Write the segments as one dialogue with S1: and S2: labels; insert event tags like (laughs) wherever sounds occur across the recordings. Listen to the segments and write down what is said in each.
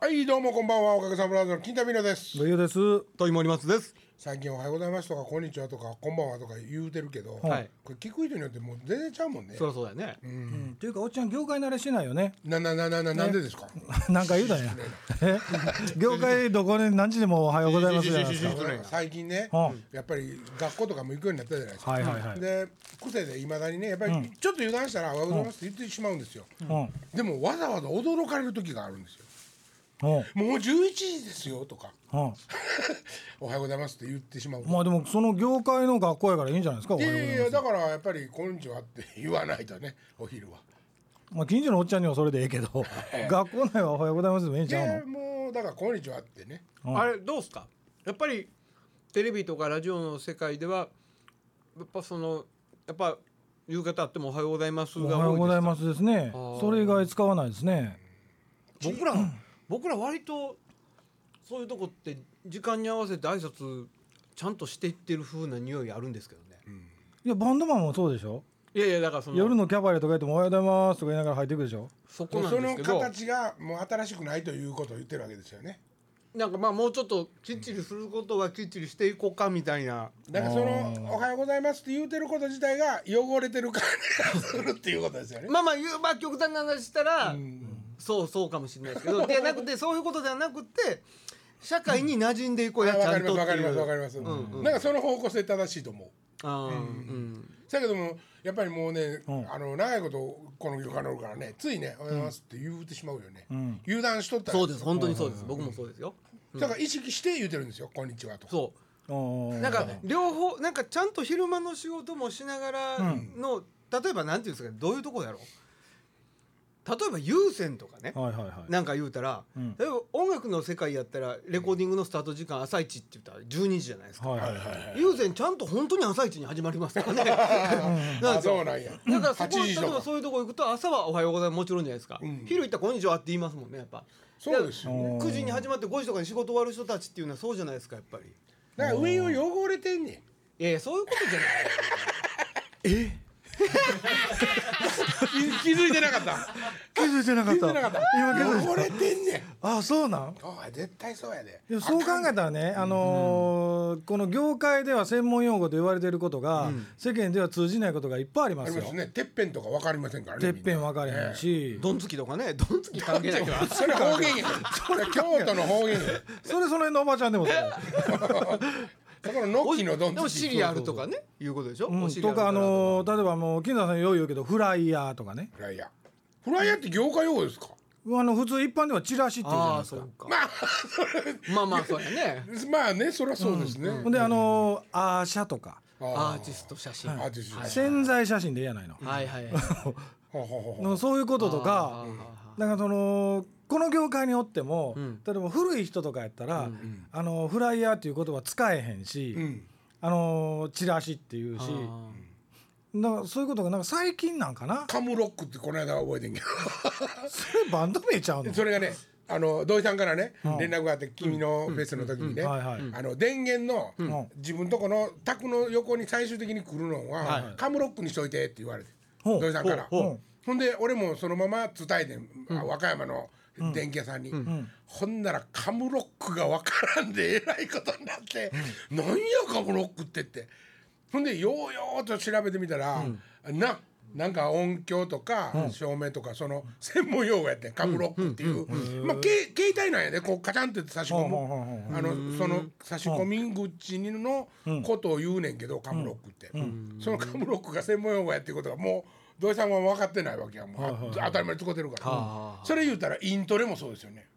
S1: はいどうもこんばんはおかげさまブラザーの金田美奈です
S2: 土曜です。
S3: と今おりますです。
S1: 最近おはようございますとかこんにちはとかこんばんはとか言うてるけど、
S3: はい
S1: これ聞く人によってもう全然ちゃうもんね
S3: そりゃそうだよね。
S2: うん、というかおっちゃん業界慣れしてないよね。 (laughs)
S1: ななななななんでですか
S2: なんか言うたん (laughs) や。え業界どこで何時でもおはようございますじゃないですか。
S3: 失礼
S1: 最近ね、
S2: (laughs) うん
S1: やっぱり学校とかも行くようになったじゃないですか、
S2: はいはいはい。
S1: で癖でいまだにねやっぱりちょっと油断したら「おはようございます」って言ってしまうんですよ、
S2: うん。
S1: でもわざわざ驚かれる時があるんですよ
S2: うん。
S1: 「もう11時ですよ」とか
S2: うん。
S1: 「おはようございます」って言ってしまう
S2: まあでもその業界の学校やからいいんじゃないですか。お
S1: い
S2: はよう
S1: やい
S2: ご
S1: や
S2: ざい
S1: い
S2: ま
S1: やだからやっぱり「こんにちは」って言わないとねお昼は。
S2: すまあ近所のおっちゃんにはそれで (laughs) ええけど、学校内はおはようございますでもいいんちゃう
S1: でもうだから「こんにちは」ってね
S2: うん
S3: あれどうすか。やっぱりテレビとかラジオの世界ではやっぱそのやっぱ夕方あってもおはようございます
S2: の。お
S3: が
S2: はようござい
S3: 多い
S2: ますですね。
S3: あー
S2: それ以外使わないですね。
S3: ですか。僕ら僕ら割とそういうとこって時間に合わせて挨拶ちゃんとしていってる風な匂いあるんですけどね。
S2: いやバンドマンもそうでしょ。
S3: いやいやだからその
S2: 夜のキャバレーとかやってもおはようございますとか言いながら入ってくるでしょ。
S3: そこ
S1: そ
S3: なんで
S1: の
S3: すけど。
S1: 形がもう新しくないということを言ってるわけですよね
S3: なんかまあもうちょっときっちりすることはきっちりしていこうかみたいな。
S1: だからそ
S2: あー
S1: の「おはようございます」って言うてること自体が汚れてる感じがするっていうことですよね
S3: まあまあ言うまあ極端な話したら、そうそうかもしれないですけどではなくてそういうことではなくて社会に馴染んでいこうや
S1: あ
S3: ち
S1: わ
S3: ゃ
S1: か
S3: ん
S1: り
S3: と
S1: ま
S3: っ
S1: すわ
S3: て
S1: かり
S3: い
S1: ます
S3: う
S1: わかります、
S3: うんうん
S1: なんかその方向性正しいと思う
S3: あーうん
S1: だけどもやっぱりもうね、
S2: うん
S1: あの長いことこの業界におるからねついね「おはようございます」って言うてしまうよね、
S2: うん。
S1: 油断しとったら
S3: そうです本当にそうです、僕もそうですよ、うん
S1: だから意識して言うてるんですよ「こんにちは」とか
S3: そ
S2: お
S3: う
S2: ー
S3: なんか両方なんかちゃんと昼間の仕事もしながらの、例えばなんていうんですかどういうとこやろう例えば優先とかね
S2: はいはいはい。
S3: なんか言うたら、
S2: うん
S3: 例えば音楽の世界やったらレコーディングのスタート時間朝一って言ったら12時じゃないですか、
S2: はいはい
S3: ゆうぜんちゃんと本当に朝一に始まります (laughs) からね。
S1: あ
S3: ですよ
S1: そうなんや
S3: だからそこ
S1: 8時
S3: 例
S1: と
S3: え
S1: か
S3: ばそういうとこ行くと朝はおはようございますもちろんじゃないですか、
S1: ん
S3: 昼行ったらこんにちはって言いますもんねやっぱ
S1: そうですよ
S2: うん
S3: 9時に始まって5時とかに仕事終わる人たちっていうのはそうじゃないですかやっぱり
S1: だから上を汚れてんねん
S3: いやいやそういうことじゃ (laughs) ない (laughs)
S1: 気づいてなかった
S2: 気づいてなかっ
S1: 気づいてなかった
S2: 今気づいた
S1: 汚れてんねん
S2: あそうなん
S1: お前絶対そうやで
S2: いやそう考えたらね、あのーこの業界では専門用語と言われていることが、世間では通じないことがいっぱいありま
S1: あり
S2: す
S1: ま
S2: よ。
S1: すねてっぺんとか分かりませんからね
S2: てっぺん分かれへんし、
S3: ドンつきとかねドンつき関係ないから
S1: (laughs) それ方言やそれ京都の方言や
S2: それその辺のおばちゃんでもそう
S1: そこのノッキのどん
S3: でも
S1: つ
S3: シ
S1: き
S3: リアルとかねいうことでしょ、
S2: うん
S3: おシリア
S2: と
S3: ルか
S2: からあのー例えばもう金沢さんよう言うけどフライヤーとかね
S1: フライヤーフライヤーって業界用語ですか
S2: あの普通一般ではチラシっていうじゃない
S3: ああ
S2: です
S3: そ
S2: か
S3: うかまあまあまあそうやね
S1: まあねそりゃそうですね
S2: ほんであのーアーシャとか
S3: アーティスト写真、
S1: ア
S3: は
S1: ー
S3: い、
S1: ティストです
S2: 潜在写真でええやないの
S3: はいはい
S1: ほうほうほうほう
S2: のそういうこととか
S3: あ
S2: だからそのこの業界におっても、
S3: うん
S2: 例えば古い人とかやったら、あのフライヤーっていう言葉使えへんし、
S1: うん
S2: あのチラシっていう
S3: ー
S2: し
S3: あー
S2: だからそういうことがなんか最近なんかな
S1: カムロックってこの間覚えてんけ
S2: それバンド名ちゃうの
S1: ど (laughs) それがねあの土井さんからね連絡があって君のフェスの時にね
S2: はいはい
S1: あの電源の
S2: ん
S1: 自分とこの宅の横に最終的に来るの
S3: は
S1: はいカムロックにしといてって言われて
S2: ほう
S1: 土井さんから
S3: ほうほ
S2: う
S1: ほんで俺もそのまま伝えてんあ和歌山の電気屋さんにほんならカムロックが分からんでえ (laughs) らいことになってなんやカムロックってってほんでようようと調べてみたらななんか音響とか照明とかその専門用語やってんカムロックっていうまあけ携帯なんやでこうカチャンって差し込
S2: ほうほうほうほ
S1: むあのその差し込み口のことを言うねんけどカムロックってそのカムロックが専門用語やっていうことがもう土井さんは分かってないわけやもうあ当たり前に使ってるから
S3: は
S1: それ言うたらイントレもそうですよね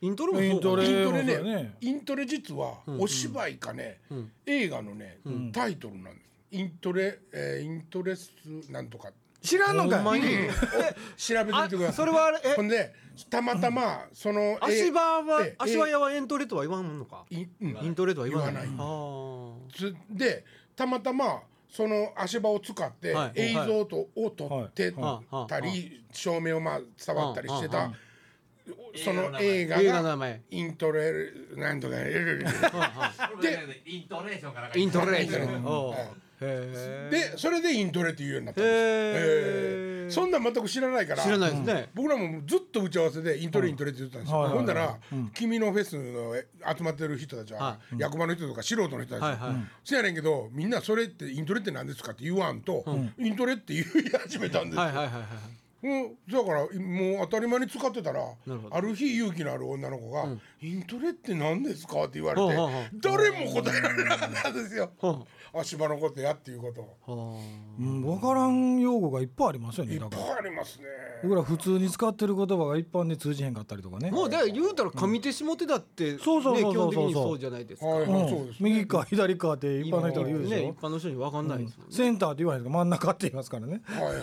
S3: イントロもそう
S2: イント
S3: か
S2: レ
S3: な
S1: イント
S2: も
S1: レ
S2: そうだ
S1: ね
S2: ね
S1: イントレ実はお芝居かね映画のねタイトルなんですイントレえーイントレスなんとか
S2: 知らんの
S3: ほんま
S2: かい
S3: に
S1: 調べてみてくださ
S3: あ
S1: い
S3: それはあれえ
S1: ほんでたまたまその
S3: 足場は
S1: え
S3: 足場屋はエントレとは言わんのか
S1: えいうん
S3: イントレとは言わない
S1: 言わない
S3: あ
S1: つでたまたまその足場を使って
S3: はい
S1: 映像と、を撮って
S3: はい
S1: たり、
S3: はい
S1: 照明をまあ伝わったりしてた、
S3: はいは
S1: その映
S3: ー映画
S1: 画
S3: の名
S1: が
S3: 前
S1: イントレなんとか
S4: で、イントネーションがなんか
S3: イントレ
S1: イントレ
S3: おう
S1: はい
S3: へ
S1: でそれでイントレっていうようになったんですよ
S3: え
S1: そんなん全く知らないから
S3: 知らないですね、
S1: 僕らもずっと打ち合わせでイントレイントレって言ってたんですよ、
S2: はいはい
S1: ほんなら、君のフェスのえ集まってる人たちは、
S3: は
S1: 役場の人とか素人の人たち、
S3: はいはい
S1: そやねんけどみんなそれってイントレって何ですかって言わんと、イントレって言い始めたんですよ、
S3: はいはいはいはい
S1: うん、だからもう当たり前に使ってたら
S3: るほど
S1: ある日勇気のある女の子が「イントレって何ですか?」って言われて、
S3: ほうほうほう
S1: 誰も答えられなかったんですよ。
S3: ほ
S1: あ芝のことやっていうこと
S3: うは
S2: うん、分からん用語がいっぱいありますよ
S1: いっ
S2: ね
S1: ぱ
S2: だ
S1: い
S2: から
S1: ありますね。
S2: 僕ら普通に使ってる言葉が一般で通じへんかったりとかね
S3: あもうだから言うたら上手下手だってね基
S2: そうそうそうそう
S3: 本的にそうじゃないですか
S1: はい
S2: うん
S1: そうですね
S2: 右か左かって一般の人が言うでしょ、
S3: ね一般の人に分かんないですもんね
S2: センターって言わないですか真ん中って言いますからね
S1: はいはいはい。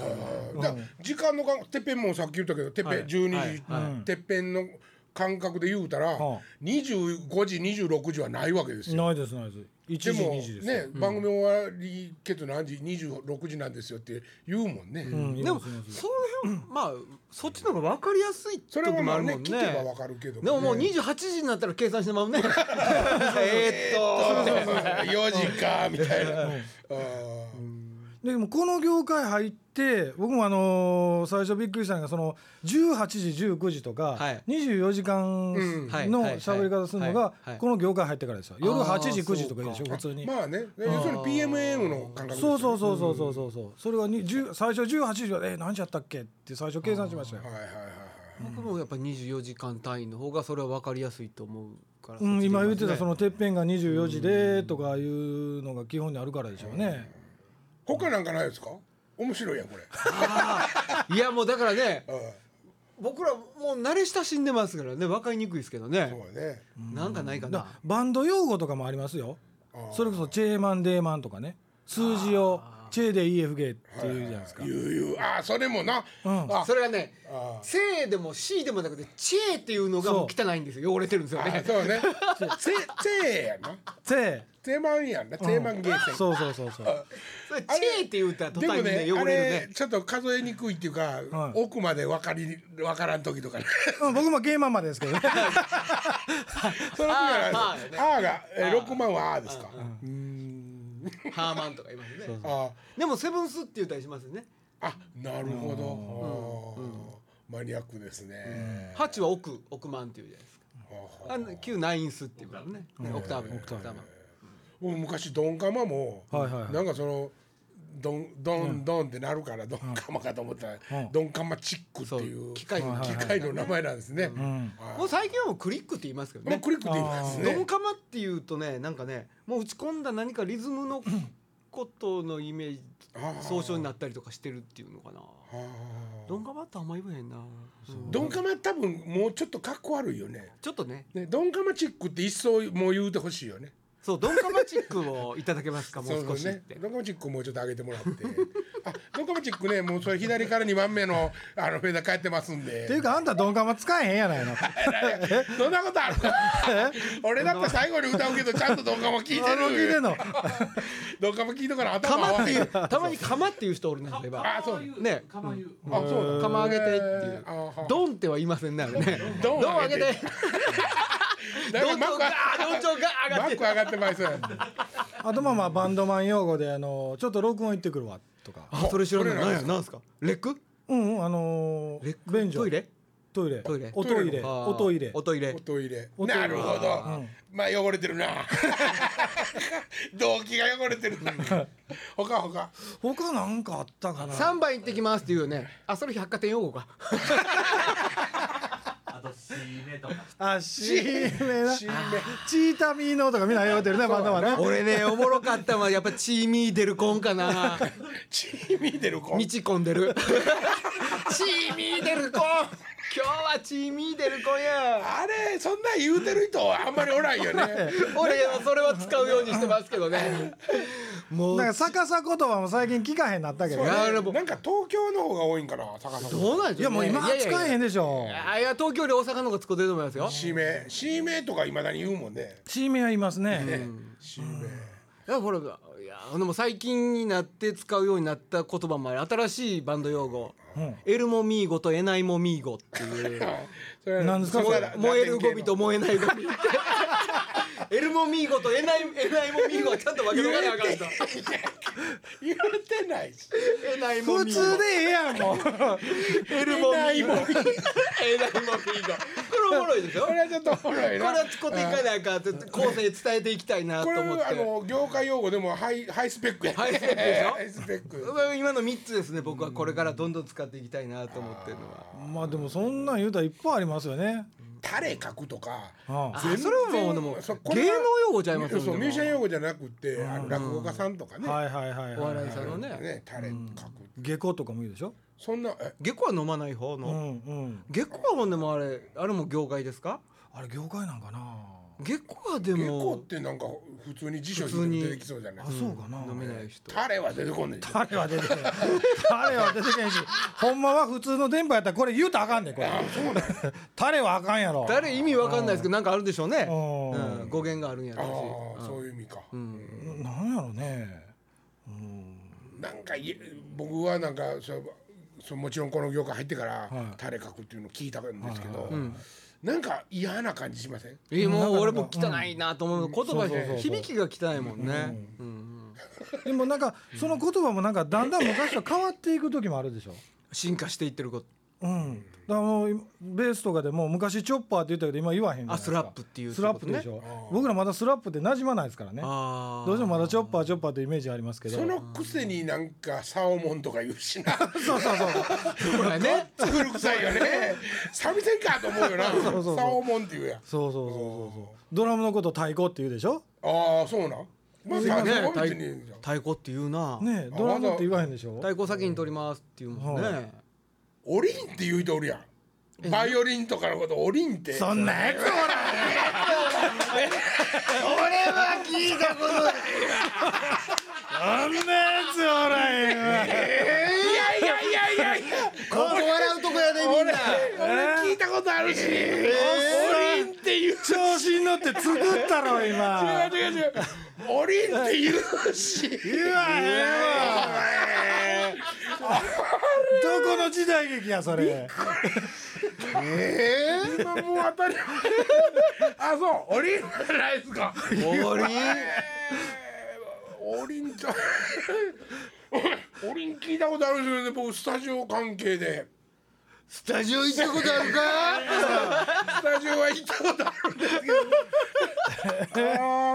S1: だから時間の感覚てっぺんもさっき言ったけどてっぺん、
S3: はい
S1: 12時、
S3: はい
S1: てっぺんの感覚で言うたら、
S2: はあ
S1: 25時26時はないわけですよ。
S2: ないですないです1時
S1: でも
S2: 2時ですよ
S1: ね、番組終わりけど何時26時なんですよって言うもんね。
S2: うんい
S3: で
S2: ま
S3: も
S2: すいます
S3: その辺まあそっちの方が分かりやすい
S1: そ
S3: と
S1: れ
S3: こ
S1: は
S3: も
S1: ま
S3: あ
S1: あ
S3: る
S1: ね
S3: もんね
S1: 聞けばわかるけど、ね、
S3: でももう28時になったら計算してまうねえ
S1: そうそう
S3: ーっ
S1: そう4時かみたいな。あ
S2: でもこの業界入って僕もあのー最初びっくりしたのがその18時19時とか
S3: はい
S2: 24時間
S1: うん
S3: はい
S2: の喋り方するの
S3: は
S2: が
S3: いはい
S2: この業界入ってからですよ夜
S3: あー
S2: 8時9時とか言うでし
S3: そ
S2: ょ普通に
S1: まあね、要するに PMM の感覚です
S2: そ
S1: よ
S2: うそうそうそうそうそうそうそれがに10最初18時は「え何時やったっけ?」って最初計算しましたよ
S1: はいはいはいはい。
S3: 僕もやっぱ24時間単位の方がそれは分かりやすいと思うから、
S2: うん、今言ってたそ
S3: の
S2: のてっぺんが24時でとかいうのが基本にあるからでしょうね。
S1: 他なんかないですか？面白いやんこれ。
S3: いやもうだからね
S1: うん
S3: 僕らもう慣れ親しんでますからね分かりにくいですけどね
S1: そうね。
S3: なんかないか
S2: だ
S3: な
S2: バンド用語とかもありますよ
S1: ああ
S2: それこそチェーマンデーマンとかね数字をチェーで EFG って言うじゃないですか、
S1: ゆうゆうああそれもな。
S2: うん
S1: あ
S3: それはね
S1: あ
S3: 「せ」でも「し」でもなくて「ちえ」っていうのがもう汚いんですよ汚れてるんですよ
S1: あ
S3: ね
S1: そうね。せせやな。
S2: チェ
S1: 定番やんな。定番ゲーセン。
S2: そうそうそうそう
S3: それ「ちえ」って言うたら途
S1: でも
S3: 端に
S1: ね
S3: ね
S1: あ
S3: 汚れる
S1: れ
S3: ね
S1: ちょっと数えにくいっていうか、
S2: はい
S1: 奥までわかりわからん時とか
S3: (laughs)
S1: ね。
S2: うん僕もゲーマンまでですけどね
S1: その時は
S3: あ
S1: あ
S3: ー
S1: ーがえー六万はあーですか。
S3: ハーマンとか言いますね
S1: あー
S3: でも「セブンス」って言ったりしますよね
S1: あなるほど、あーマニアックですね、
S3: 8は億億万っていうじゃないですか
S1: は
S3: あの9ナインスっていうからねねオクターブオクターブ
S1: 僕昔ドンカマも、
S2: はいはいはい
S1: なんかそのドンドンドンってなるからドンカマかと思ったら、
S2: ん
S1: ドンカマチックってい
S3: そう
S1: う
S3: 機械の
S1: 機械の名前なんですね、はい
S3: もう最近はもうクリックって言いますけど
S1: もう
S3: ね
S1: クリックって言います
S3: ドン
S1: ね
S3: カマっていうとねなんかねもう打ち込んだ何かリズムのことのイメージ
S1: あー
S3: 総称になったりとかしてるっていうのかな
S1: あー
S3: ドンカマってあんま言わへんなうん
S1: ドンカマ多分もうちょっとかっこ悪いよね
S3: ちょっとね
S1: ねドンカマチックって一層もう言うてほしいよね
S3: そうドンカマチックをいただけま
S1: (laughs)
S3: すかもう
S1: そう
S3: 少
S1: で
S3: し
S1: す
S3: っ
S1: ね
S3: て。
S1: ドンカマチックもうちょっと上げてもらって。あ、ドンカマチックね、もうそれ左から二番目の、あのフェーダー帰ってますん
S2: ってい
S1: (laughs) で
S2: う。かあんた鈍感は使えへんやないの
S1: どんなことあるか。俺だって最後に歌うけど、ちゃんとドンカマ聞いて
S2: あの聞いて
S1: る
S2: ん。の
S1: ドンカマ聞いたから、
S3: カ
S1: 頭合
S3: マっ
S1: わ
S3: て
S1: へ
S3: い
S1: ん
S3: う。たまにカマっていう人おるんですよ今
S1: あそう
S4: う
S3: ね
S4: 釜湯
S1: あ、そうだ。
S3: 釜揚げてっていう
S1: あは
S3: ドンっては言いませんねあれね
S1: ドン
S3: ドン上げて
S1: だいぶマック
S3: が同調が上
S1: マ
S3: がっ
S1: ッ
S3: て
S1: ク上がってます。
S2: あとまあまあバンドマン用語であのちょっと録音行ってくるわとか
S3: あそれ知らない
S1: これ
S3: 何
S1: な
S3: や
S1: んですか
S3: なんですかレック
S2: うんうんあの
S3: レッ
S2: ー
S3: ク
S2: 便所
S3: トイレ
S2: トイレ
S3: トイレ
S2: おトイレ
S3: あー
S2: おトイレ
S3: おトイレ
S1: おトイレ。
S2: おトイレ
S1: なるほど。まあ汚れてる
S3: (laughs)
S1: な。動機が汚れてるな。他他。
S2: 他なんかあったかな
S3: 三番行ってきますっていうよねあそれ百貨店用語か
S4: あとシーネとか
S2: あ、しめな。
S1: シ
S2: チ
S1: ーメ
S2: ータミーノとかみんな言われてるね、まだまだね。
S3: 俺ねおもろかったのはやっぱチーミーデルコンか (laughs) な
S1: チーミー出る子。
S3: 道込んで (laughs) るチーミーデルコン今日はチーミーデルコンや
S1: あれそんなん言うてる人あんまりおらん
S3: (laughs)
S1: よね。
S3: 俺はそれは使うようにしてますけどね (laughs) もう
S2: なんか逆さ言葉も最近聞かへんなったけどね。
S3: や
S1: な
S3: で
S1: ん
S3: も
S1: か東京の方が多いんかな坂さん。
S3: どうなん
S2: い
S3: でし
S2: や、
S3: ょう
S2: もう
S3: ね、
S2: 今使えへん
S3: ね
S2: でしょ。
S3: あいや東京より大阪の方が使ってると思いますよ
S1: 指名指名とか未だに言うもんね。
S2: チーメンはいますね。
S1: 指名。
S3: いやほらいやでも最近になって使うようになった言葉もある新しいバンド用語、エルモミーゴとエナイモミーゴっていう
S1: (laughs) それ
S2: なんですかそれ
S3: 燃えるゴミと
S1: も
S3: 燃えないゴ
S1: (laughs)
S3: ミってエルモミーゴとエナイエナイモミーゴはちゃんと分けとかなあかんと
S1: 言われてないし
S3: えらい
S2: 普通でええやんもう
S3: エル
S1: えらいもん
S3: えらいもみーゴこれおもろいでしょ
S1: こ
S3: こ
S1: れ
S3: れ
S1: はちょっとおもろいな
S3: は使っていかないかって後世に伝えていきたいなと
S1: これ
S3: 思って
S1: はあの業界用語でもハイハイスペックや
S3: ハイスペックでしょ
S1: ハイスペック
S3: 今の三つですね僕はこれからどんどん使っていきたいなと思ってるのは
S2: まあでもそんなん言うたらいっぱいありますよね、
S1: タレ書くとか
S2: うん
S3: あ
S1: 全然
S3: それはもうでも
S1: そうこれ
S3: 芸
S1: は
S3: 能用語ちゃいます
S1: そうミュージシャン用
S3: 語
S1: 語じゃなくてあの落語家さんとかね
S2: はいはいはい
S3: お
S2: はい
S3: 笑いさんのね
S1: ねタレ書く
S2: 下校とかも言うでしょ
S1: そんなえ
S3: 下戸は飲まない方
S2: う
S3: の
S2: んうん
S3: 下戸はほんでもあれあれも業界ですか
S2: あれ業界なんかな
S3: 下戸はで
S1: 結構っ
S3: も
S1: てなんか普通に辞書
S3: 普通
S1: 引い
S3: に
S1: て出てきそうじゃない
S2: あそうかな
S3: 飲めない人
S1: タレは出てこんねん
S2: 誰は出てけん誰は出てけんしほんまは普通の電波やったらこれ言うたらあかんねんこれ誰はあかんやろ
S3: 誰意味わかんないですけどなんかあるでしょうね
S2: うん
S3: うん語源があるんや
S1: あ
S3: ろ
S1: あ
S3: う
S1: そういう意味か
S2: なんやろね
S1: なんかい僕はなんかそうそうもちろんこの業界入ってから
S2: はい
S1: タレ書くっていうのを聞いたんですけどなんか嫌な感じしません
S3: しえもう俺も汚いなと思う言葉
S2: そうそうそう
S3: 響きが汚いもんねうん
S2: でもなんかその言葉もなんかだんだん昔と変わっていく時もあるでしょ
S3: 進化していってること
S2: うんだからもう今ベースとかでも昔チョッパーって言ったけど今言わへんじゃない
S3: あ
S2: です
S3: ス
S2: か
S3: ラップっていう
S2: スラップでし
S3: ょ
S2: ょ僕らまだスラップって馴染まないですからね
S3: ああ
S2: どうしてもまだチョッパーチョッパーってイメージありますけど
S1: そのくせになんかサオモンとか言うしな
S2: そうそうそう
S3: これね
S2: (laughs)
S1: 古臭いよね (laughs) 三味線かと思うよな
S2: うそうそう
S1: サオモンって言うやん
S2: そうそうそうそうそうドラムのこと太鼓って言うでしょ
S1: ああそうなんまあ
S3: ね
S1: 三味線は
S3: 太
S1: 別にいいんじゃん
S3: 太鼓って言うな、
S2: ねえドラムって言わへんでしょ
S3: 太鼓先に取りますっていうもんね、
S2: は
S1: オリンって言う人おるやんバイオリンとかのことオリンって
S2: そんなやつおらん
S1: は聞いたこと (laughs) ない
S2: そんなやつおらんよ
S1: いやいやいやいやいや
S3: ここ笑うとこやでみんな
S1: 俺聞いたことあるし、オリンっていう
S2: 調子に乗って作ったろ今
S1: 違う違う違うオリンって言うし
S2: 言わへんわ
S1: え
S2: どこの時代劇やそれ
S1: え今もう当たり前 (laughs) あそうオリンじゃないですか
S3: オリン
S1: オリンちゃんオリン聞いたことあるんですよね僕スタジオ関係で
S3: スタジオ行ったことあるか
S1: スタジオは行ったことあるんですけどあ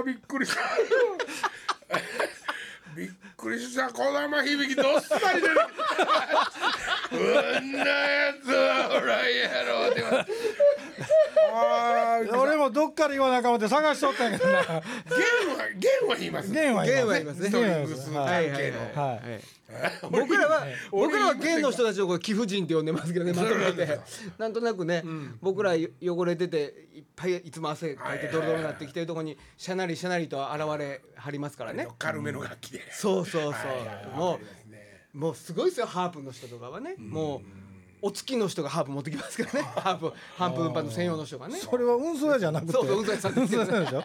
S1: ーびっくりしたびっくりした小玉響きどっさり出てきたこんなやつはおらんやろって言われてあーゲ
S2: 俺もどっから言わなあかん思って探しとったんやけどな
S1: ンはゲンは言います
S2: ゲンは
S3: (laughs) ゲンは
S2: 言
S3: い
S2: い
S3: ま
S2: ますす
S1: ス
S2: ね
S3: ね
S1: トリングス関
S3: はいはい
S1: 係
S3: はい、
S1: の
S2: は
S3: 僕らは僕らは芸の人たちをこれ貴婦人って呼んでますけど (laughs) ねまとめてなんとなくね、僕ら汚れてていっぱいいつも汗かいてドロドロになってきてるとこにシャナリシャナリと現れはりますからね
S1: 軽めの楽器で
S3: そうそうそうも
S1: すね
S3: うもうすごいですよハープの人とかはねもうお月の人がハープ持ってきますからねハープハープ運搬の専用の人がね
S2: いこれは運送屋じゃなくて
S3: そうそう運送屋さんですよね
S2: 運送屋でしょ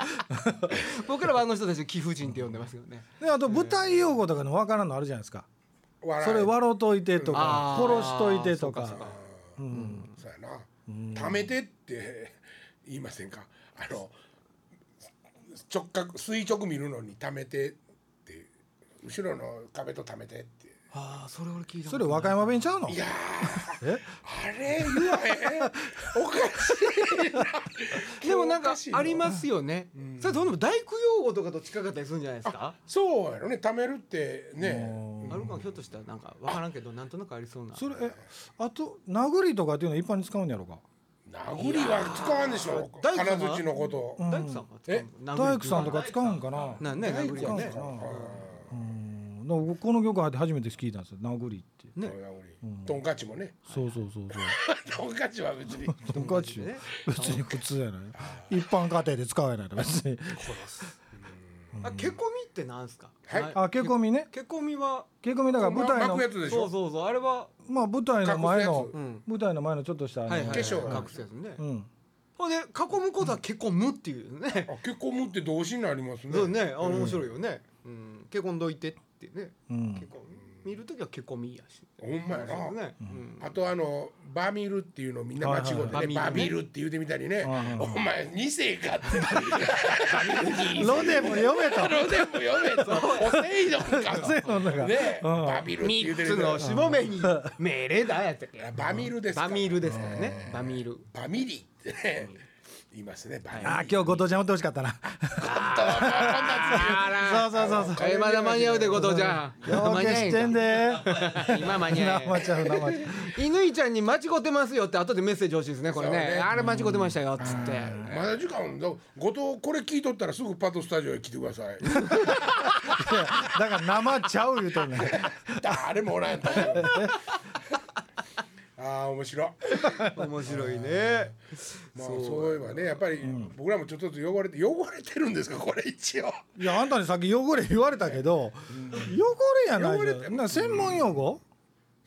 S3: 僕らはあの人たちを貴婦人って呼んでますけどね
S2: であと舞台用語とかのわからんのあるじゃないですか
S1: 笑い
S2: それ笑うといてとか
S3: あー
S2: 殺しといてとか
S3: そうか
S1: そうやな。溜めてって言いませんか。あの直角垂直見るのに溜めてって後ろの壁と溜めてって。
S3: ああそれ俺聞いた
S2: それ和歌山弁ちゃうの
S1: いや
S2: え
S1: ーあれ言わへん。おかしいな。
S3: でもなんかあり
S1: す。
S3: ますよねそれどうでも大工用語とかと近かったりするんじゃないですか
S1: そうやろね。溜めるってね。
S3: あるかもひょっとしたらなんか分からんけどなんとなくありそうな
S2: それえあと殴りとかっていうのは一般に使うんやろうか
S1: 殴りは使わんでしょ。
S3: 大工
S1: 金
S3: さんは
S1: 槌のこと。
S3: 大工さんは使うの
S1: え
S3: 殴り
S2: 大工さんとか使うんかな
S3: なね殴り
S2: 使う
S3: は
S2: んか
S3: ね
S2: なうんだから僕この曲入って初めて聞いたんですよ殴りって
S1: 殴り。トンカチもね。 (laughs)
S2: そうそうそうそ
S1: ト
S2: う
S1: ンカチは別に。
S2: トンカチよ別に普通やない一般家庭で使わないの別に
S3: あけこみってなんですか
S1: はい
S3: な
S2: あけこみね
S3: けこみは
S2: けこみだから舞台
S1: 巻
S2: の
S1: くやつでし
S3: そう
S1: ょ。
S3: そうそうあれは
S2: まあ舞台の前
S1: 隠す
S2: の
S1: やつ
S3: うん
S2: 舞台の前のちょっとしたあの
S3: はいはいはい
S1: 化粧
S3: 隠すやつね
S2: うん
S3: ほんで囲むことはけこむっていうね
S1: あ結婚むって動詞になりますね。
S3: そうねあ面白いよねうんけこんどいてってね
S2: うん
S3: けこむ見るときは結構見いやし。
S1: ほんまやな、
S3: ね、
S1: あとあのバーミルっていうのをみんな間違うてね、
S3: はいはい
S1: バーミルって言うてみたりね、お前二世かって
S2: (laughs) ロデも読めと
S1: ロデも読めとポセイドンかと
S2: せーのだから
S1: ねバーミルって言うて
S3: 三つ
S1: る
S3: のしぼめに命令だやって。
S1: バミルですか
S3: バミールですからね。バミール。
S1: バミリってね言いますねバミリ
S2: あー今日後藤ちゃんおってほしかったな
S3: あ
S2: そうそうそうそう
S3: ら。えまだ間に合うでことじゃん。
S2: ようけしてんで
S3: 今間に合
S2: 生ちゃう生ちゃう
S3: え。犬ちゃんに間違ってますよって後でメッセージ欲しいですね。これ
S1: そう
S3: ね。
S1: ね
S3: あれ間違ってましたよっつって。
S1: まだ時間だ後藤これ聞いとったらすぐパッとスタジオへ来てください
S2: だから生ちゃう言うとんねん
S1: (laughs) 誰もおらんとあー面白い
S3: 面白いね。
S1: まあそういえばねやっぱり僕らもちょっとずつ汚れて汚れてるんですかこれ一応
S2: いやあんたにさっき汚れ言われたけど、汚れやない
S1: 汚
S2: じ
S1: れ
S2: ゃ
S1: て
S2: んな専門用語、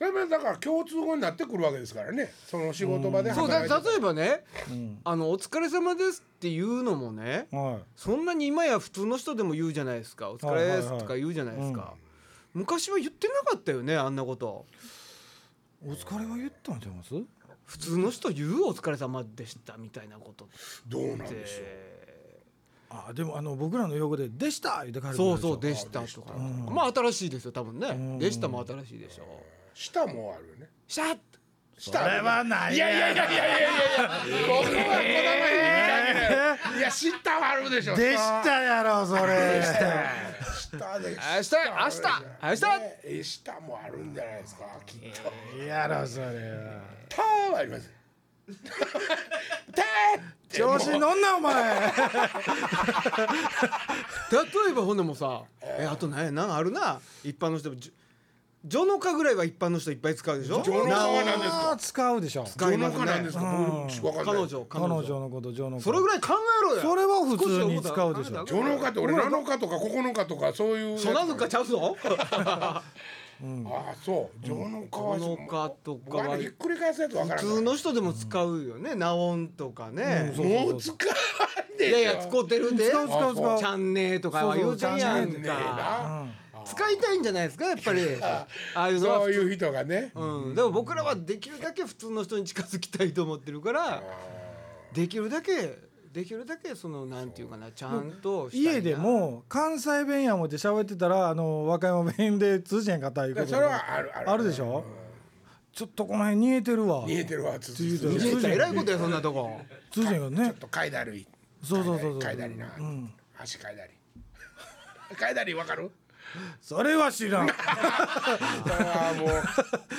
S1: それもだから共通語になってくるわけですからねその仕事場で
S3: そうだ。
S1: 働い
S3: 例
S1: て
S3: えばね、あのお疲れ様ですっていうのもね。
S2: はい
S3: そんなに今や普通の人でも言うじゃないですか「お疲れです」とか言うじゃないですか、昔は言ってなかったよねあんなこと
S2: お疲れは言ったんちゃいます
S3: 普通の人言う「お疲れ様でした」みたいなことっ
S1: どうなんでしょう
S3: て
S2: あでもあの僕らの用語で「でした!」言って帰る
S3: そうそう「
S2: で
S3: でした」とかまあ新しいですよ多分ね「でした」も新しいでしょ
S1: 舌もあるよね
S3: 「シャッ!」
S1: 舌
S2: それはない
S1: いやいやいやいやいやいやいや僕はこだまへんだけだよいや舌はあるでしょ
S2: でしたやろそれ
S1: 舌で
S3: 明日明日明日
S1: ねえ舌もあるんじゃないですかきっと
S2: やろそれは
S1: たーはあり
S2: (laughs)
S1: ますたーって
S2: 調子乗んなお前
S3: 例えばほんでもさえあと何やなんあるな一般の人もじ序の科ぐらいは一般の人いっぱい使うでしょ
S1: 序の科は何ですか
S2: あー使うでしょ
S1: ど
S3: 使いま
S1: の
S3: す
S1: かなんで
S3: ね
S1: すか僕わかんない
S3: 彼女
S2: 彼
S3: 彼女
S2: 女のこと情の
S3: それぐらい考えろよ
S2: それは普通に使うでしょ
S1: 女のかって俺7日とか9日とかそういうやつ
S3: そなのかちゃうぞ
S1: ああそう女のかは
S3: 女のかとか
S1: 僕
S3: は
S1: あのひっくり返すやつわから
S3: 普
S1: ん
S3: 通の人でも使うよね「なおん」とかね
S1: もう使わんで
S3: い
S1: しょ
S3: やいや使うてるで「ち
S2: 使う使う使う
S3: ゃんねー」とかは言うてんやん
S1: ねえ
S3: か
S1: な
S3: 使いたいんじゃないですかやっぱりああいうのは
S1: そういう人がね
S3: うんでも僕らはできるだけ普通の人に近づきたいと思ってるからできるだけできるだけそのなんていうかなちゃんとしたいな
S2: 家でも関西弁や思って喋ってたらあの和歌山弁で通じへんかったいう
S1: い
S2: こ
S1: や
S2: と
S1: それはある
S2: あるでしょちょっとこの辺煮えてるわ
S1: 見えてるわつ
S2: 言うてる
S1: ち
S3: 家でえらいことやそんなとこ
S2: 通じへんよ
S1: ょ
S2: ね
S1: っとかいだるい
S2: そうそうそうそ
S1: かいうだりな足かい (laughs) だりかいだりわかる
S2: それは知らん
S1: これはもう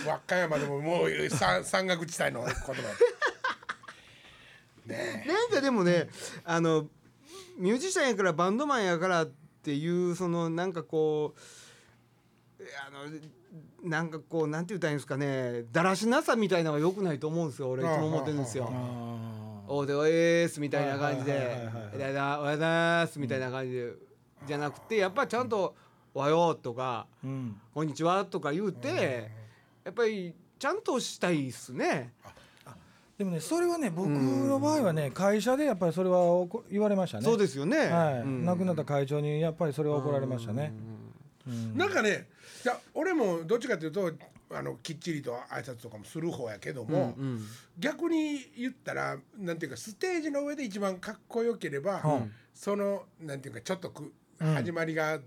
S1: 和歌山でももう山山岳地帯の言葉ね
S3: なんかでもねあのミュージシャンやからバンドマンやからっていうそのなんかこうあのなんかこうなんて言ったらいいんですかねだらしなさみたいなのが良くないと思うんですよ俺いつも思ってるんですよ。おうでおいーすみたいな感じ
S2: はいはい
S3: で
S2: はい
S3: 「だだおはようございます」みたいな感じでじゃなくてやっぱちゃんと「おはよう」とか
S2: うん
S3: 「こんにちは」とか言うてやっぱりちゃんとしたいっすね。
S2: (laughs) でもねそれはね僕の場合はね会社でやっぱりそれはおこ言われましたね
S3: そうですよね。
S2: はい、
S3: うん
S2: 亡くなった会長にやっぱりそれは怒られましたね
S1: なんかねいや俺もどっちかというとあのきっちりと挨拶とかもする方やけども、逆に言ったらなんていうかステージの上で一番かっこよければ、そのなんていうかちょっとく、始まりが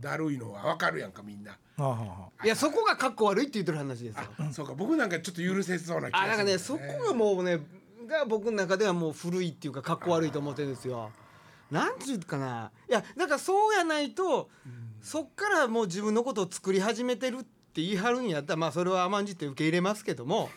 S1: だるいのはわかるやんかみんな、
S2: はあはあはい
S3: やそこが格好悪いって言ってる話ですよ。
S1: そうか僕なんかちょっと許せそうな気が
S3: あ
S1: する
S3: なんかねそこがもうねが僕の中ではもう古いっていうかかっこ悪いと思ってるんですよ。なんていうかないやだからそうやないと、そっからもう自分のことを作り始めてるって言い張るんやったらまあそれは甘んじて受け入れますけ
S1: (laughs)
S3: ども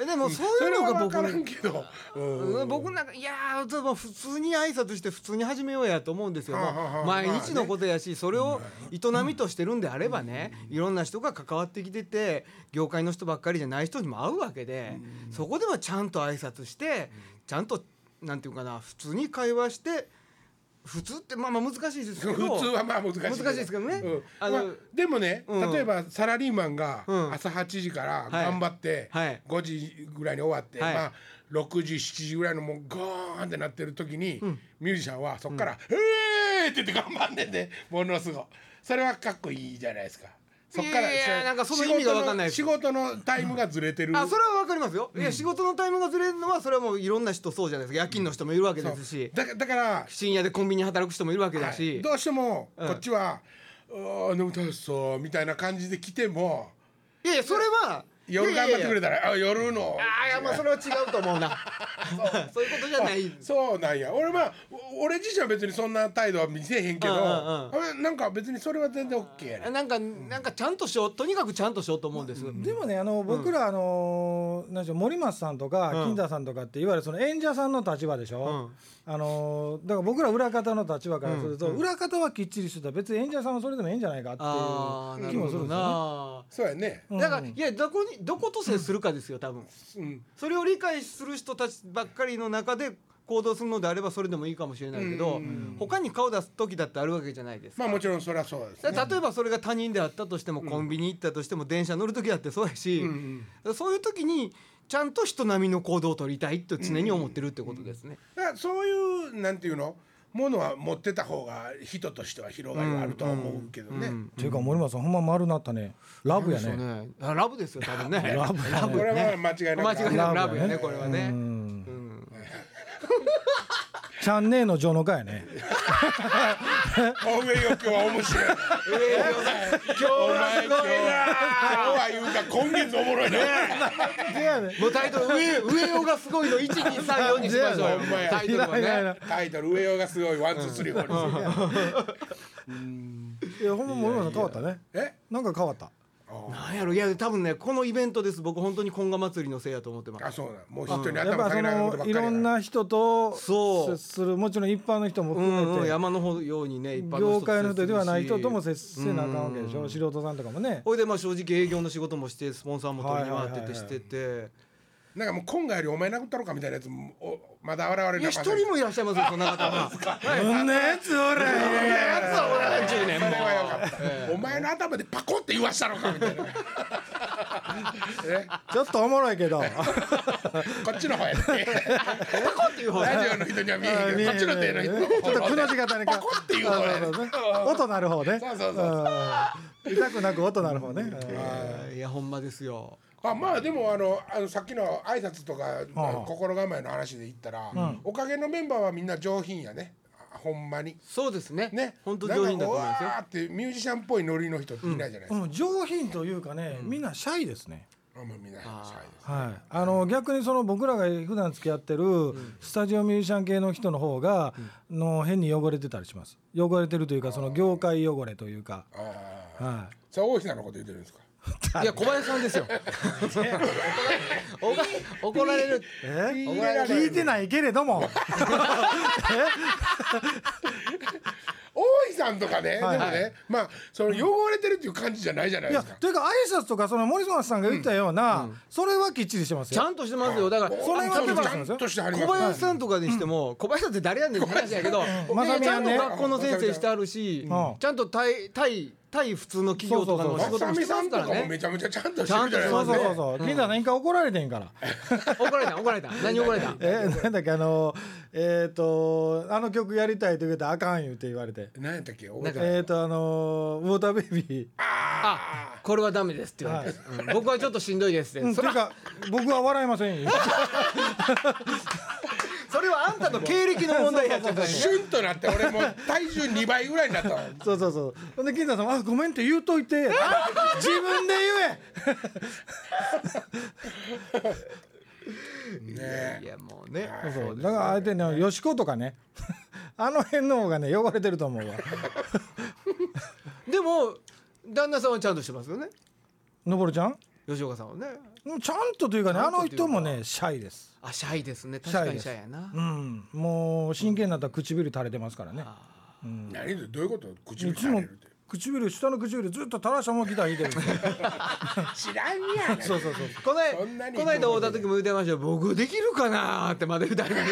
S3: えでもそう
S1: そ
S3: い
S1: れ
S3: う
S1: は
S3: のが
S1: 分
S3: 僕
S1: から
S3: の
S1: んけど、うん
S3: うん僕なんかいやーちょっと普通に挨拶して普通に始めようやと思うんですよ、
S1: はあはあはあ
S3: 毎日のことやしそれを営みとしてるんであればね、いろんな人が関わってきてて業界の人ばっかりじゃない人にも会うわけで、そこではちゃんと挨拶して、ちゃんとなんていうかな普通に会話して普通ってまあまあ難しいですけど
S1: 普通はまあ難しい
S3: 難しいですけどね
S1: うん
S3: あの
S1: まあでもね、
S3: うん
S1: 例えばサラリーマンが
S3: うん
S1: 朝8時から頑張って
S3: はいはい
S1: 5時ぐらいに終わって、
S3: はい
S1: まあ6時7時ぐらいのもうゴーンってなってる時に、ミュージシャンはそっから「えー!」って言って頑張んねんでものすごいそれはかっこいいじゃないですかそっから
S3: いやいやなんかその意味がわかんないです
S1: 仕事の仕事のタイムがずれてる
S3: あそれはわかりますよ、いや仕事のタイムがずれるのはそれはもういろんな人そうじゃないですか夜勤の人もいるわけですし、
S1: だだから
S3: 深夜でコンビニ働く人もいるわけだし、
S1: どうしてもこっちは「ああ眠たいっすよ」みたいな感じで来ても
S3: いやいやそれは
S1: 夜頑張ってくれ
S3: た
S1: たら「あ夜の」
S3: あいやまあそれは違うと思うな (laughs) そういうことじゃない
S1: そうなんや俺まあお俺自身は別にそんな態度は見せへんけど
S3: うんうんうん
S1: あなんか別にそれは全然 OK やね
S3: なんかなんかちゃんとしようとにかくちゃんとしようと思うんです、
S2: でもねあの僕ら、あのなんでしょう森松さんとか
S3: うん
S2: 金田さんとかっていわゆるその演者さんの立場でしょ、あのだから僕ら裏方の立場からすると、裏方はきっちりしてたら別に演者さんはそれでもいいんじゃないか
S3: あ
S2: っ
S3: あ
S2: てい
S3: な
S2: う気
S3: る
S2: も
S3: ほ
S2: する
S3: ど
S2: んです
S1: そ
S2: よね。
S3: な
S1: うやね
S2: うん
S3: だからいやどこにどこと接するかですよ多分
S1: うん
S3: それを理解する人たちばっかりの中で行動するのであればそれでもいいかもしれないけ
S1: う
S3: ど、
S1: んうん
S3: 他に顔出す時だってあるわけじゃないですか
S1: まあもちろんそれはそうです
S3: だから例えばそれが他人であったとしても、コンビニ行ったとしても電車乗る時だってそうやし、
S1: うん
S3: そういう時にちゃんと人並みの行動を取りたいと常に思ってるってことですね。
S1: だからそういうなんていうのものは持ってた方が人としては広がりはあるとは思うけどね、
S2: っていうか森松さんほんま丸なったねラブや
S3: そう
S2: ね。
S3: ねあラブですよ多分
S2: (laughs)
S3: ね。
S2: ラブ
S3: ラブ
S1: これはまあ間違いな
S3: 間
S1: く
S3: 違いなくラ
S2: ラ
S3: ブ
S2: ブ
S3: や
S2: やね
S3: ねこれはね。
S2: チャンネルの上の回やね。
S1: 大上よくは面白い
S3: 今日
S1: お前
S3: は
S1: 今日は今日は言うか今月おもろいね
S3: すごいもうタイトル上上尾がすごいの一二三四にしましょうよ
S1: ほんまや
S3: タイトルはね。
S1: タイトル上尾がすごいワンツースリーフォーです
S2: いやほんま森松さん変わったね。
S1: え
S2: なんか変わった。
S3: なんやろいや多分ねこのイベントです僕本当に今賀祭りのせいやと思ってます
S1: あ。そうなんもう一人に
S2: やっ
S1: 頭
S2: ぱ
S1: 下げ
S2: そ
S1: られることばっか
S2: の
S1: り
S2: い
S1: や
S2: ろんな人と
S3: そう
S2: 接するもちろん一般の人も
S3: う
S2: 含めて、
S3: んうん山の方ようにね一般
S2: 業
S3: と接するし
S2: 界の人ではない人とも接せなあかんわけでしょ、素人さんとかもね
S3: ほいでまあ正直営業の仕事もしてスポンサーも取りに回って
S2: はいはいは
S3: て
S2: い
S3: し
S2: はい
S3: てて、い
S1: なんかもう今回よりお前殴ったろかみたいなやつもおまだ現れる
S3: や一人もいらっしゃいますよそんな方は。
S2: そんなやつおらんよ
S3: やつはおらん10年
S1: そ
S3: も
S1: れはよかった、お前の頭でパコって言わしたのかみた
S3: (laughs)
S1: いなね
S2: ちょっとおもろいけど
S1: こっちの方やって
S3: パコっていう方
S1: ラジオの人には見えへん
S2: (laughs)
S1: けどこっちの手の人
S2: ちょっとくの字型に
S1: パコっていう (laughs) 方やね
S2: そうそうそう音なる方ね
S1: そうそうそうん
S2: 痛くなく音なる方ねうん
S3: いやほんまですよ。
S1: あまあでもあのあのさっきの挨拶とか
S2: ああ
S1: 心構えの話で言ったら、おかげのメンバーはみんな上品やねあほんまに
S3: そうですね。
S1: ね
S3: 本当上品だと思い
S1: なん
S3: ます
S1: か
S3: よ
S1: わ。ーってミュージシャンっぽいノリの人っていないじゃないですか、
S2: うん上品というかね、みんなシャイですね
S1: あんまみんなシャイです
S2: はい、あの逆にその僕らが普段付き合ってるスタジオミュージシャン系の人の方がの変に汚れてたりします汚れてるというかその業界汚れというか、
S1: ああ
S2: は
S1: それ大平のこと言ってるんですか
S3: いや小林さんですよ。おか怒られる。
S2: い、え聞いてないけれども
S1: 大井さんとかね、
S2: はい
S1: でもねまあその汚れてるっていう感じじゃないじゃない
S2: い
S1: で
S2: や
S1: すか
S2: というか挨拶とかその森松さんが言ったような、それはきっちりしてます
S3: ちゃ
S2: よ
S3: んとしてますよ。だから
S2: それは
S1: ち
S2: でも
S1: ゃんとしてはります
S3: 小林さんとかにしても、小林さんって誰やねんって話やけど、
S2: まさみ
S3: ちゃ
S2: は
S3: んと
S2: ね
S3: 学校の先生してあるし、
S2: うん
S3: ちゃんと対対対普通の企業とかの仕
S1: ま
S3: 事
S1: さ
S3: も
S1: み
S3: して
S1: さ
S3: ま
S1: ん
S3: す
S1: と
S3: から
S1: かも
S3: ね。
S1: めちゃめちゃちゃんとしてるじゃないです
S2: そ
S1: か
S2: うそうそうそう金田さん一回怒られてん (laughs) から
S3: 怒られた怒られた。何怒られた。
S2: えなんだっけあのえっ、とあの曲やりたいと言うてあかん言うて言われて
S1: 何やったっけ覚
S3: な
S1: え
S3: ん
S1: て
S3: か
S1: ない
S2: えっ、とあのウォーターベイビー
S3: あこれはダメですって言われて、うん僕はちょっとしんどいですって、
S2: うん、
S3: そ
S2: て
S3: れ
S2: いう
S3: は
S2: か僕は笑いませ (laughs) んよ
S3: それはあんたの経歴の問題やっちゃったし
S1: シュンとなって俺もう体重2倍ぐらいになったわ
S2: そうそうそうほんで金田さんは「あごめん」って言うとい (laughs) て自分で言え
S1: ね
S3: いやもうね
S2: そうそうだからあえてねよしことかね (laughs) あの辺の方がね汚れてると思うわ
S3: でも旦那さんはちゃんとしてますよね
S2: のぼるちゃん
S3: 吉岡さんはね
S2: うんちゃんとというかねあ
S3: んと
S2: の
S3: というか
S2: 人もねシャイです
S3: あシャイですね
S2: シ
S3: 確
S2: ャ
S3: か
S2: イ
S3: に
S2: です
S3: シャイやな
S2: うんもう真剣になったら唇垂れてますからね
S1: 何でどういうこと
S2: い
S1: 唇
S2: つ
S1: 垂れ
S2: も
S1: るって
S2: 唇下の唇ずっと垂らしたままギター弾いてるんで
S3: (laughs)
S2: すよ
S1: (laughs) 知らんやん
S2: そうそうそう
S3: この
S1: そんな
S3: 間
S1: に
S3: この間会うた時も言ってましたよ僕できるかなーってまで歌いながら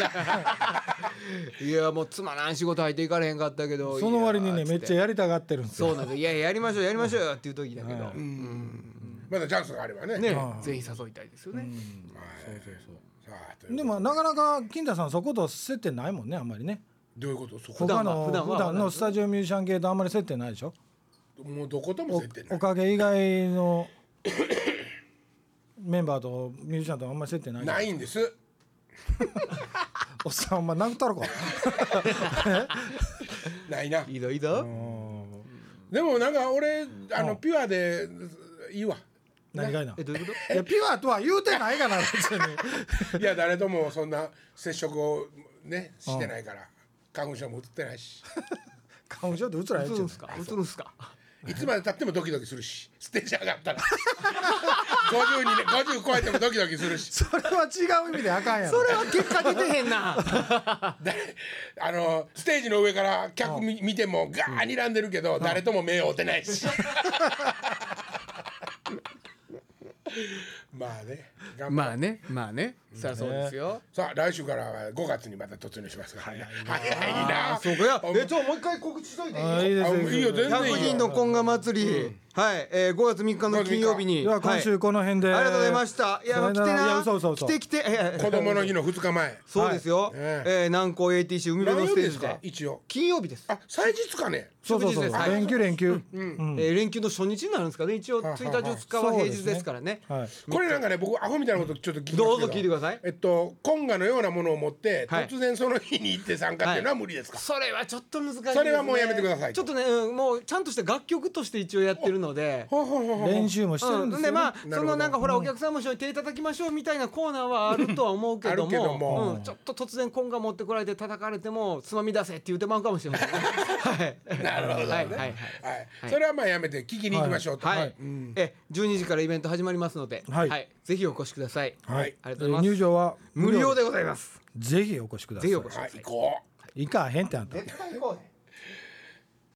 S3: (laughs) いやもうつまらん仕事入っていかれへんかったけど
S2: その割に
S3: い
S2: ね
S3: やー
S2: めっちゃ
S3: つ
S2: やりたがってるんです
S3: そう
S2: よ
S3: なんですいややりましょうやりましょうよっていう時だけど、
S2: はい
S1: まだチャンスがあればね
S3: ね
S2: はい
S3: ぜひ誘いたいですよね、
S1: そうそうそうさあという
S2: でもなかなか金田さんそこと接点ないもんねあんまりね
S1: どういうことそこ
S3: 段
S2: 他
S3: は
S2: の
S3: 普
S2: 普
S3: 段
S2: 段
S3: は
S2: のスタジオミュージシャン系とあんまり接点ないでしょ
S1: もうどことも接点な
S2: お
S1: い
S2: かげ以外のメンバーとミュージシャンとあんまり接点ない
S1: ないんです
S2: おっさんお前殴ったろ
S1: (laughs)
S2: か
S1: ないない
S3: いぞいいぞ
S1: でもなんか俺あのピュアでいいわ
S2: 何がいな
S3: えどういうこ
S2: いやピュアとは言うてないがな別に
S1: (laughs) いや誰ともそんな接触をねしてないから花粉症も移ってないし
S2: 花粉症ってうつらや
S3: と映
S2: つじ
S3: る
S2: ゃ
S3: ん
S2: ない
S3: すか映るんすか
S1: いつまでたってもドキドキするしステージ上がった (laughs) ら50にね50超えてもドキドキするし
S2: それは違う意味であかんや
S3: そ
S2: ろ
S3: れは結果出てへんな
S1: 誰あのステージの上から客み見てもガー睨んでるけど誰とも目を追ってない (laughs) しまあね頑張
S3: まあねまあねそりゃそうですよ
S1: さあ来週からは5月にまた突入しますからね早いな
S3: あそうかいや
S1: お
S3: えちょもう一回告知しといていい
S2: あいいです
S1: あもういいよ全然いいよ
S3: 100人の懇賀祭り、はい、えー、5月3日の金曜日に
S2: では今週この辺で、
S3: はいありがとうございましたいや
S2: さ
S3: 来
S2: よ
S3: て
S2: なら
S3: ない
S2: や嘘嘘嘘
S3: 来て来ていやい
S1: 子
S3: や
S1: 供の日の2日前
S3: そうですよ、え
S1: ね
S3: ー南高 ATC 海辺
S1: 何
S3: の
S1: 曜
S3: ス
S1: 日
S3: テー
S1: です
S3: ジ
S1: か
S3: で
S1: 一応
S3: 金曜日です、
S1: あ祭日かね
S2: そうそうそ
S3: 祝日
S2: う
S3: ですはい
S2: 連休連休、
S3: えー連休の初日になるんですかね一応
S1: はあ
S3: 1
S1: はあ
S3: 日2日は平日ですからね
S2: はい
S1: これなんかね僕アホみたいなことちょっと聞きますけ
S3: どうぞ聞いてください
S1: えっとコンガのようなものを持って
S3: はい
S1: 突然その日に行って参加っていうのは
S3: は
S1: 無理ですか、
S3: それはちょっと難しいですね
S1: それはもうやめてください
S3: ちょっとね、うんもうちゃんとした楽曲として一応やってるので
S1: ほうほうほうほう
S2: 練習もしてる
S3: うんん、
S2: ですよ、
S3: でまあ
S1: ほど
S3: そのなんかほらお客さんも一緒に手叩きましょうみたいなコーナーはあるとは思うけど
S1: あ
S3: も
S1: るけども
S3: うん、ちょっと突然今が持ってこられて叩かれてもつまみ出せって言うてまうかも
S1: (laughs)
S3: しれません、ね、はい
S1: なるほどね
S3: はいはいはい
S1: はい
S3: はい
S1: それはまあやめて聞きに行きましょうと
S3: はい、
S1: うん
S3: え12時からイベント始まりますので、
S2: はい
S3: ぜひお越しください
S1: はい
S3: ありがとうござい
S2: 入
S3: ます
S2: 場は
S3: 無料でございます
S2: ぜひお越しくださ
S3: ぜ
S2: い
S3: ひお越しくださ
S1: はいい行こう
S2: いかへんってあんた
S3: 絶対行こうね